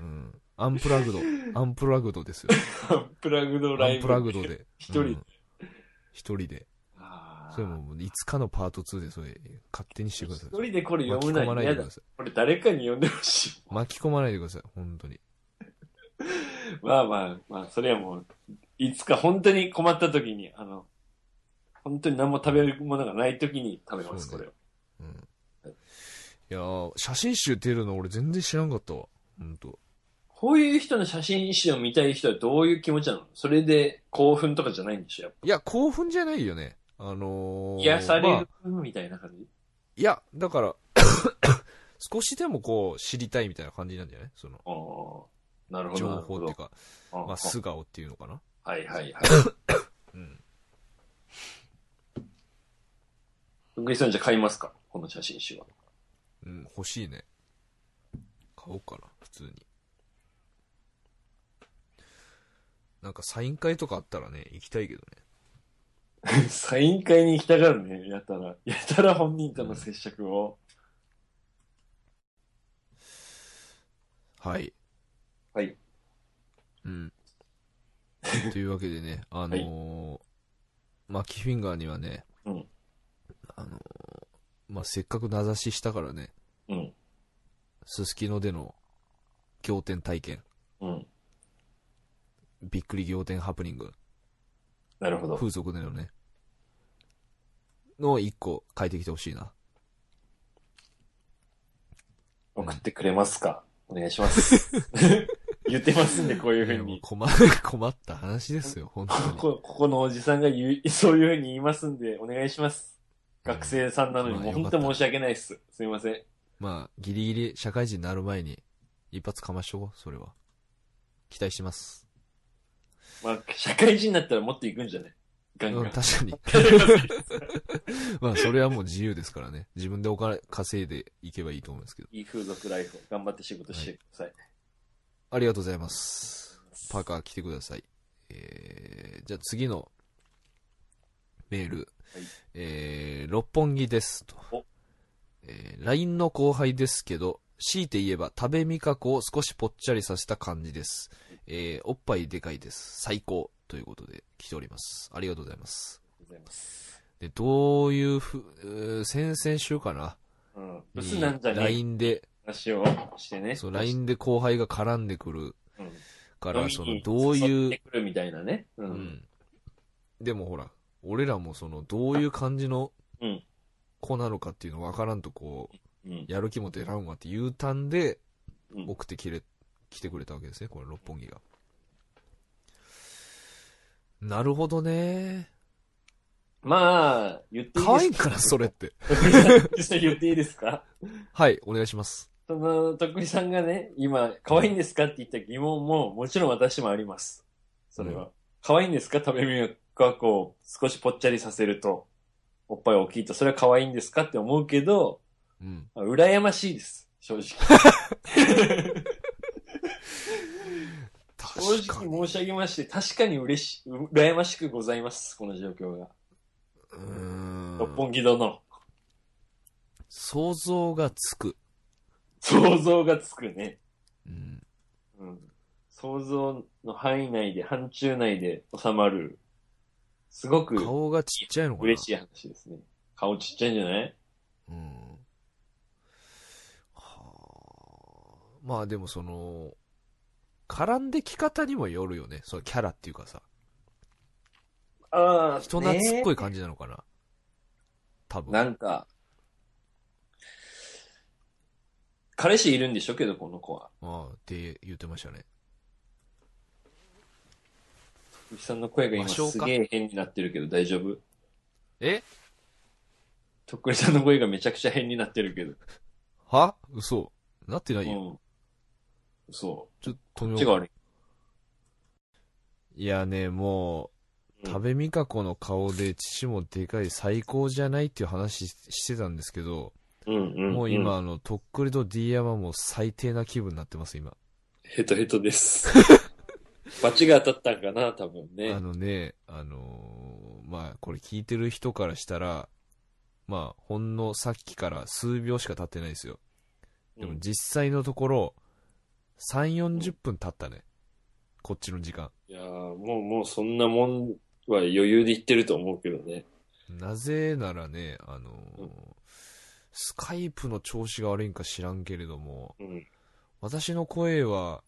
うん。アンプラグド、アンプラグドですよ。プラグドライアブ。ンプラグド。で。一人でうん一人で。あーそれも、いつかのパート2で、それ、勝手にしてくだ一さい。人でこれ巻き読む込のまはない嫌でくだだ。さい。これ誰かに読んでほしい。 巻き込まないでください、本当に。まあまあまあ、それはもう、いつか本当に困った時に、あの、本当に何も食べるものがない時に食べます、そうこねれを。いやー写真集出るの俺全然知らんかったわ。ほんと。こういう人の写真集を見たい人はどういう気持ちなのそれで興奮とかじゃないんでしょやっいや、興奮じゃないよね。あのー、ぱ。癒されまあるみたいな感じ、いや、だから、 少しでもこう、知りたいみたいな感じなんじゃないその、ああ、なるほど。情なる報ほっていうど。か、あまあ、素顔っていうのかな。はいは いはい。うん。徳井さんじゃあ買いますかこの写真集は。うん、欲しいね。買おうかな、普通に。なんかサイン会とかあったらね、行きたいけどね。サイン会に行きたがるね。やたら。やたら本人との接触を。はい。はい。 うん。というわけでね、あのーマッキーフィンガーにはね、うんあのーまあ、せっかく名指ししたからね、うん。すすきのでの仰天体験、うん。びっくり仰天ハプニング、なるほど。風俗でのね、の一個変えてきてほしいな。送ってくれますかお願い します。言ってますんで、こういうふういやもうに。困 困った話ですよ、本当こ に。こ、ここのおじさんが言う、 そういうふうに言いますんで、お願いします。学生さんなのに、まあもうよか本った当申し訳ないです。すいません。まあ、ギリギリ社会人になる前に、一発かましとこう、それは。期待してます。まあ、社会人になったらもっと行くんじゃないガンガうん、ン。確かに。まあ、それはもう自由ですからね。自分でお金稼いでいけばいいと思うんですけど。 いい風俗ライフを頑張って仕事してください。ありがとうございます。パーカー来てください。えー、じゃあ次のメール。はいえー、六本木ですとお。えー、LINE の後輩ですけど、強いて言えば食べみかこを少しぽっちゃりさせた感じです。えー、おっぱいでかいです。最高。ということで来ております。ありがとうございます。ありがとうございます。で、どういうふ、うー先々週かな。うん。ブスなんじゃない LINE で、話をしてね。そう、LINE で後輩が絡んでくるうんから、飲そみのに、どう誘いっうて、くるみたいなね。う。うんん。でもほら、俺らもその、どういう感じのうん子なのかっていうの分からんと、こう、うん。やる気も出らんわって U ターンでうん送ってきれ、来てくれたわけですね、これ、六本木が。なるほどね。まあ、言っていいですか可愛いから、 それって。実際言っていいですかはい、お願いします。その、徳井さんがね、今、可愛いんですかって言った疑問も、もちろん私もあります。それは。可愛いんですか食べみがこう、少しぽっちゃりさせると、おっぱい大きいと、それは可愛いんですかって思うけど、うん。あ羨ましいです。正直。確正かに直申し上げまして、確かに嬉し、羨ましくございます。この状況が。うーん六本木殿。想像がつく。想像がつくね。うん。うん想像の範囲内で、範疇内で収まる、すごく顔がちっちゃいのかな嬉しい話ですね。顔ちっちゃいんじゃないうん。はあ。まあでもその、絡んでき方にもよるよね。そのキャラっていうかさ。ああ、人懐っこい。い感じなのかな。多分。なんか、彼氏いるんでしょけど、この子は。ああ、って言ってましたね。うきさんの声が今魔性かすげえ変になってるけど大丈夫えとっくりさんの声がめちゃくちゃ変になってるけど。は嘘。なってないよ。うん。そちょっと止う。め違よう。うね。いやね、もう、うん多部未華子の顔で父もでかい最高じゃないっていう話ししてたんですけど、うんうん、もう。今、あの、とっくりと D 山も最低な気分になってます、今。ヘトヘ トです。バチが当たったんかな、多分ね。あのね、あのーまあ、これ聞いてる人からしたら、まあ、ほんのさっきから数秒しか経ってないですよ。でうもん実際のところ、3、40分経ったね。こっちの時間。いやーもう、もうそんなもんは余裕で言ってると思うけどね。なぜならね、あのーうんスカイプの調子が悪いんか知らんけれども、うん。私の声は、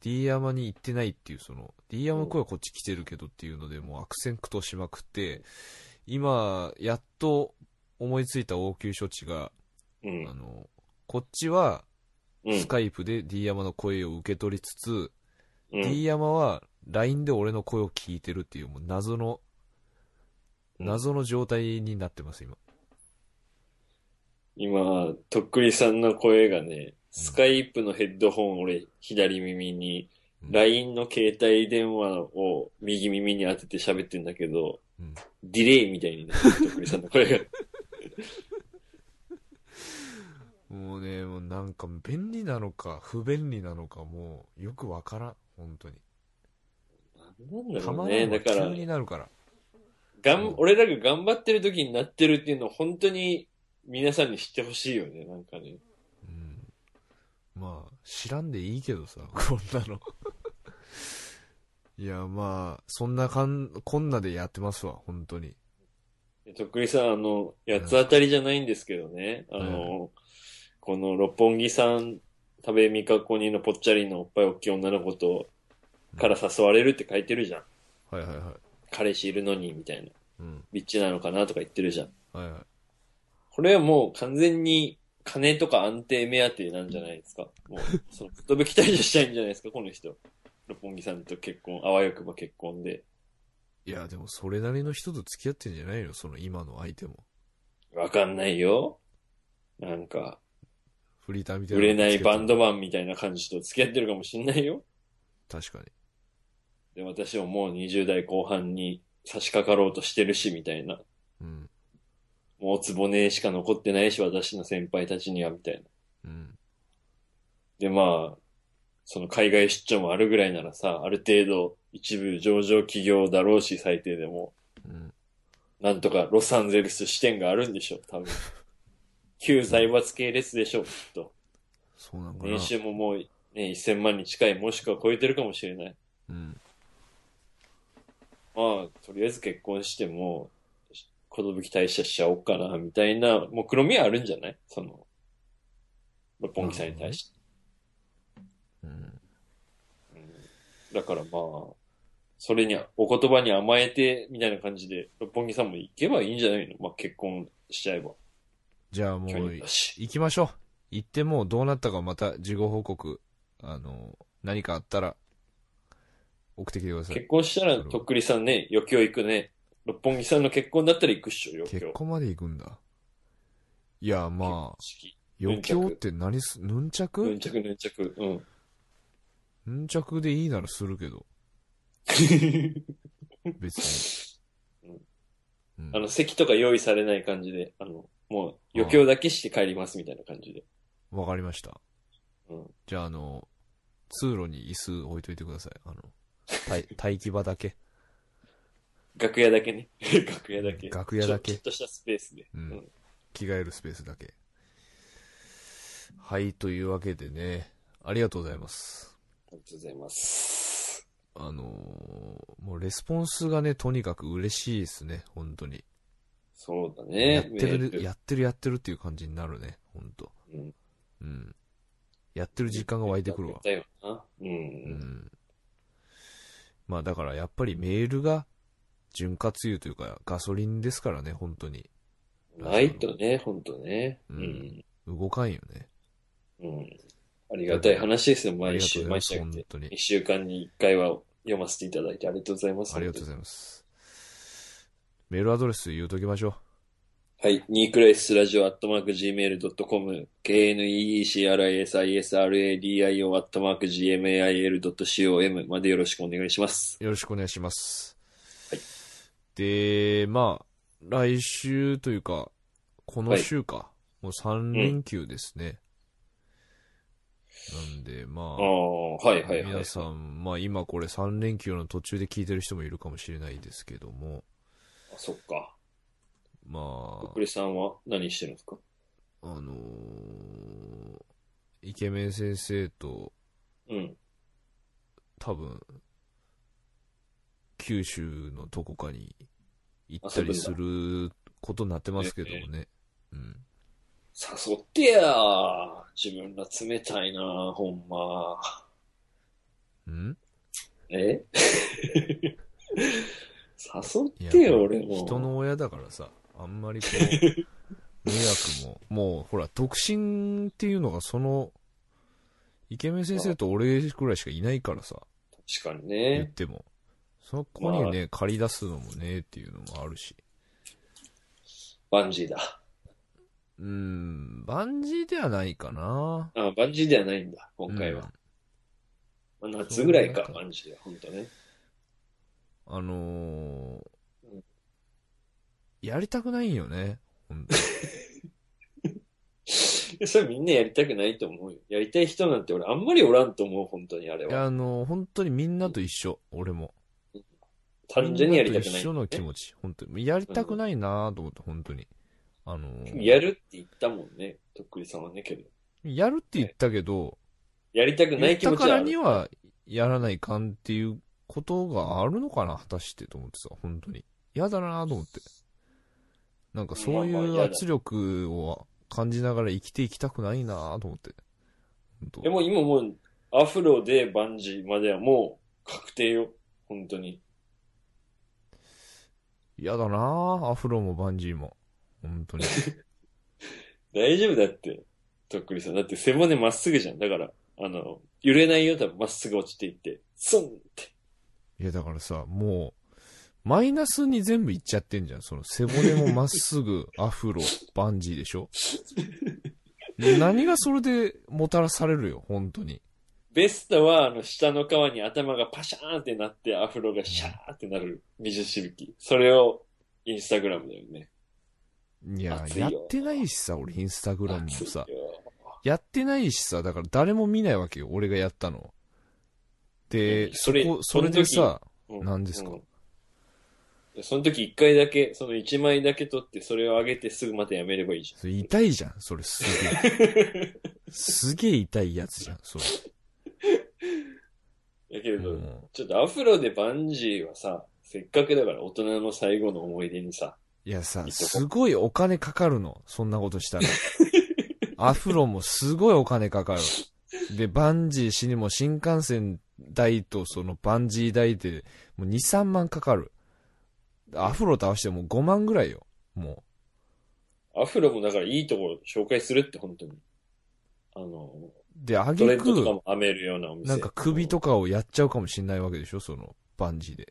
D 山に行ってないっていう、その、D 山の声はこっち来てるけどっていうので、もう悪戦苦闘しまくって、今、やっと思いついた応急処置が、うんあ。の、こっちは、うスん。カイプで D 山の声を受け取りつつ、うん。 D 山は LINE で俺の声を聞いてるっていう、もう謎の、うん謎の状態になってます、今。今、とっくりさんの声がね、スカイプのヘッドホン俺左耳に、うん LINE の携帯電話を右耳に当てて喋ってんだけど、うんディレイみたい になってる、とっくりさんの声が。もうね、もうなんか便利なのか不便利なのかもうよくわからん、本当に。なんだたろまうらね。んわだから急、になるから。がん、俺らが頑張ってる時になってるっていうのを本当に皆さんに知ってほしいよね、なんかね。うん。まあ、知らんでいいけどさ、 こんなの。いや、まあ、そんなかん、こんなでやってますわ、本当に。とっくりさん、あの、八つ当たりじゃないんですけどね、あの、この六本木さん、食べみかこにのぽっちゃりのおっぱい大きい女の子と、から誘われるって書いてるじゃん。はいはいはい。彼氏いるのに、みたいな。うん。ビッチなのかなとか言ってるじゃん。はいはい。これはもう完全に金とか安定目当てなんじゃないですか。もう、その、とぶき退社したいんじゃないですか、この人。六本木さんと結婚、あわよくば結婚で。いや、でもそれなりの人と付き合ってんじゃないよ、その今の相手も。わかんないよ。なんか、フリーターみたい売な。れないバンドマンみたいな感じと付き合ってるかもしんないよ。確かに。で、私ももう20代後半に差し掛かろうとしてるし、みたいな。うん。もうつぼねしか残ってないし、私の先輩たちには、みたいな。うん。で、まあ、その海外出張もあるぐらいならさ、ある程度一部上場企業だろうし、最低でも、うん。なんとかロサンゼルス支店があるんでしょう、多分。旧財閥系列でしょう、きっと。そうなんかな年。収ももう、ね、1000万に近い、もしくは超えてるかもしれない。うん。まあ、とりあえず結婚しても、子供退社しちゃおうかな、みたいな、もう黒みはあるんじゃないその、六本木さんに対して。うん。うんだからまあ、それに、お言葉に甘えて、みたいな感じで、六本木さんも行けばいいんじゃないのまあ結婚しちゃえば。じゃあも距う離だ、し。行きましょう。行ってもうどうなったかまた事後報告、あの、何かあったら、送ってきてくださ結い。婚したら、それはとっくりさんね、余興行くね。六本木さんの結婚だったら行くっしょ、余結興。婚まで行くんだ。いや、まあ、式。余結婚興って何す、ヌンチャヌンクチャクヌンチャク。 うん。ヌンチャクでいいならするけど、別に。うんあの、席とか用意されない感じで、あの、もう余興だけして帰りますみたいな感じで。わかりました。うんじゃあ、あの、通路に椅子置いといてください。あの、 待待機場だけ。楽屋だけね。 楽屋だけ。楽屋だけちょちょっとしたスペースで。ううんん。着替えるスペースだけ。はい、というわけでね、ありがとうございます。ありがとうございます。あのーもうレスポンスがね、とにかく嬉しいですね、本当に。そうだね。やってメールる、やってるやってるっていう感じになるね、本当うんうん。やってる実感が湧いてくるわ。だよな。う。うんん。まあだからやっぱりメールが潤滑油というかガソリンですからね、本当に。ないとね、ほんとね。ううんん。動かんよね。うん。ありがたい話ですよ、毎週、毎週。本当に一。週間に一回は読ませていただいてありがとうございます。ありがとうございます。メールアドレス言うときましょはい。ニークライスラジオアットマーク Gmail.com、kneecrisisradio アットマーク gmail.com までよろしくお願いします。う。よろしくお願いします。はいで、まあ、来週というか、この週か、もう3連休ですね。なんで、まああ、あ、はいはいはい皆。さん、まあ今これ3連休の途中で聞いてる人もいるかもしれないですけども、あそっか。まとっくりさんは何してるんですかあ、あのーイケメン先生と、うん。多分九州のどこかに行ったりすることになってますけどもね、うん、誘ってやー自分ら冷たいなほんま。んえ誘っていやよ、俺も。人の親だからさ、あんまりこう、迷惑も、もうほら、独身っていうのがその、イケメン先生と俺くらいしかいないからさ、確かに言っね。ても。そこにね、借り出すのもね、っていうのもあるし。バンジーだ。うーん、万事ではないかな。あ、バンジーではないんだ、今回は。まあ、夏ぐらいかそうだ、ねバンジーは、ほんとね。うん。あのーうやりたくないよね。ほんとそれみんなやりたくないと思うよ。やりたい人なんて俺あんまりおらんと思う、本当にあれいやは。あのー本当にみんなと一緒、俺も。単純にやりたくみんなとい一緒の気持ち、本当に。やりたくないなぁと思って、本当に。あのーやるって言ったもんね、とっくりさんはね、けど。やるって言ったけど、やりたくな言いっ気た持かちはらあにる。はやらないかんっていうことがあるのかな、果たしてと思ってさ、本当に。嫌だなぁと思って。なんかそういまあまあう嫌だ圧力を感じながら生きていきたくないなぁと思って。本当でも今もう、アフロでバンジーまではもう確定よ。本当に。嫌だなぁ、アフロもバンジーも。本 当に。大丈夫だって、とっくりさん。だって背骨まっすぐじゃん。だから、あの、揺れないよ、多分まっすぐ落ちていって。スンって。いや、だからさ、もう、マイナスに全部いっちゃってんじゃん。その背骨もまっす ぐ、アフロ、バンジーでしょ何がそれでもたらされるよ、本当に。ベストは、あの、下の皮に頭がパシャーンってなって、アフロがシャーってなる水しぶき。それを、インスタグラムだよね。いや、熱いやよってないしさ、俺、インスタグラムもさ熱い。よやってないしさ、だから誰も見ないわけよ、俺がやったの。で、何そそれこ、それでそのさ、う何ですかういやその時一回だけ、その一枚だけ取って、それを上げてすぐまたやめればいいじそれ痛いじゃん、それすげえ。 すげえ痛いやつじゃん、それ。ゃん。だけれど、うんちょっとアフロでバンジーはさ、せっかくだから大人の最後の思い出にさ、いやさい、いとこすごいお金かかるの。そんなこと したら。アフロもすごいお金かかる。で、バンジーしにも新幹線代とそのバンジー代でもう2、3万かかる。アフロと合わせてもう5万ぐらいよ。もアフロもだからいいところ紹介するって本当に。あの、う。で、あトレげッドとかく、も編めるようなお店。なんか首とかをやっちゃうかもしんないわけでしょその、バンジーで。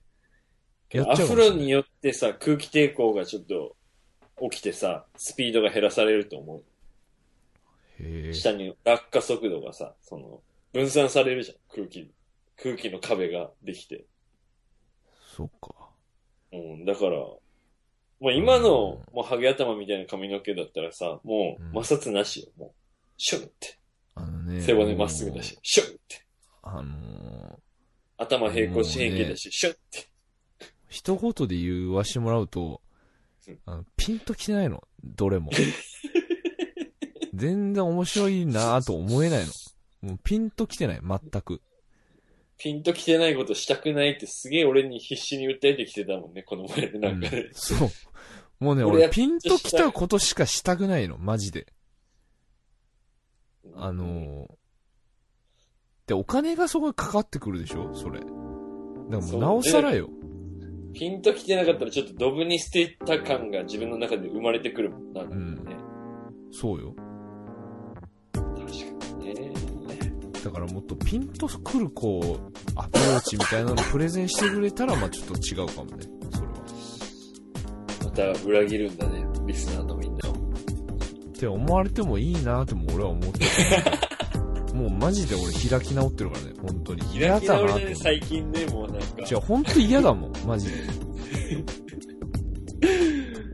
やアっちゃうかフもしんないロによってさ、空気抵抗がちょっと起きてさ、スピードが減らされると思へう。ー下に落下速度がさ、その、分散されるじゃん、空気。空気の壁ができて。そっか。うん、だから、もう今の、もうハゲ頭みたいな髪の毛だったらさ、もう摩擦なしよ、もう。シュンって。あのね。背骨まっすぐだし、シュンって。あのー、頭平行四辺形だし、シュンって。一言で言わしてもらうとうん、あのピンときてないの、どれ も。全然面白いなぁと思えないの。もうピンときてない、全く。ピンときてないことしたくないってすげえ俺に必死に訴えてきてたもんね、この前でなんかうねん。そう。もうね、俺俺やっピンときたことしかしたくないの、マジで。あのー、で、お金がそこにかかってくるでしょ、それ。だからもそううなおさらよ。ピンときてなかったらちょっとドブに捨てた感が自分の中で生まれてくるもんな。んね、そうよ。確かにね。だからもっとピンとくるこう、アプローチみたいなのプレゼンしてくれたら、まあちょっと違うかもね、それは。また裏切るんだね、リスナーのみんなを。って思われてもいいなっても俺は思って るもうマジで俺開き直ってるからね本当に嫌開きだ直なっりだてね、最近ね、もうなんか。違う本当嫌だもんマジ で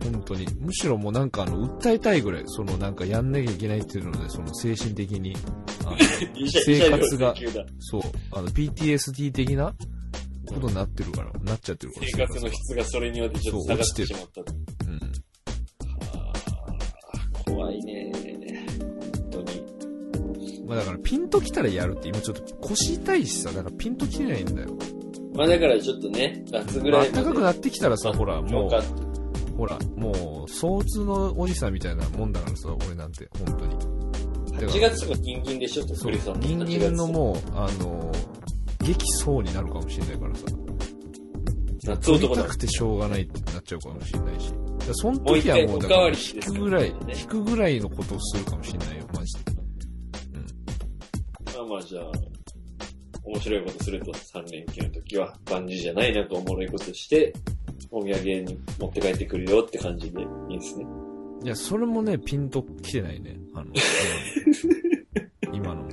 本当にむしろもうなんかあの訴えたいぐらいそのなんかやんなきゃいけないっていうのでその精神的にあの 生活が医者医者料請求だそうあの PTSD 的なことになってるからなっちゃってるから生活の質がそれによってちょっと下がってしまった。うんあー怖いね。本当に。まあだからピンときたらやるって今ちょっと腰痛いしさだからピンときてないんだよまあだからちょっとね、夏ぐまらあいま暖でかくなってきたらさ、ほら、もよかっう、ほら、もう、相通のおじさんみたいなもんだからさ、俺なんて、本当に。た8月とかギンギンでしょ、とっそくうりさん、ギンギンのう。もう、あのー、できそうになるかもしれないからさ。夏取り男ただ。くてしょうがないってなっちゃうかもしれないし。だからそのもう一時は回もおう、だかかわらり引ですくからぐらい、ね引くぐらいのことをするかもしれないよ、マジで。まあまあじゃあ、面白いことすると3連休の時は、万事じゃないなんかおもろいことして、お土産に持って帰ってくるよって感じでいいですね。いや、それもね、ピンと来てないね。あの、 今 の。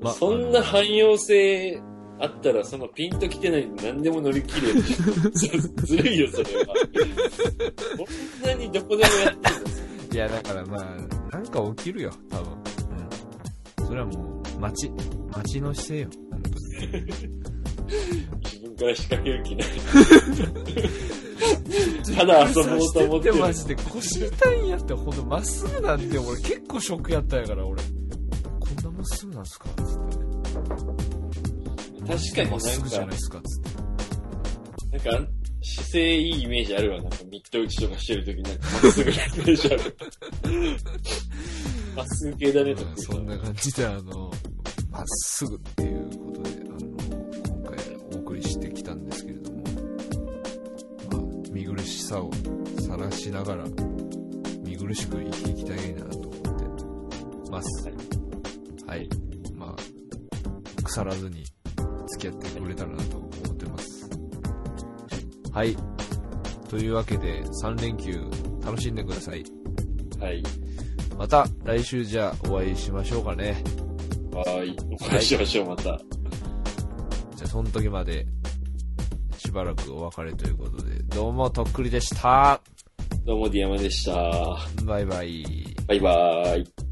まそんなあの汎用性あったら、そのピンときてないの何でも乗り切れる。ずずるいよ、それは。こんなにどこでもやってるんですいや、だからまあ、なんか起きるよ、多分。うん。それはもう、街、街の姿勢よ。自分から仕掛ける気ない。ただ遊ぼうと思ってる自分さしてマジで腰痛いんやって、ほんと、まっすぐなんて、俺結構ショックやったんやから、俺。こんなまっすぐなんすかつって。確かにまっすぐじゃなないでんか、すかつって。なんか、姿勢いいイメージあるわ。なんか、ミット打ちとかしてるときなんか、まっすぐなイメージある。まっすぐ 系だね、とうかん。そんな感じで、あの、まっすぐっていうことで、あの、今回お送りしてきたんですけれども、まあ、見苦しさをさらしながら、見苦しく生きていきたいなと思ってます。はい。まあ、腐らずに付き合ってくれたらなと思ってます。はい。というわけで、3連休楽しんでください。はい。また来週じゃあお会いしましょうかね。はーい。お会いしましょう、また。じゃあ、その時まで、しばらくお別れということで、どうもとっくりでした。どうも、ディアマでした。バイバイ。バイバーイ。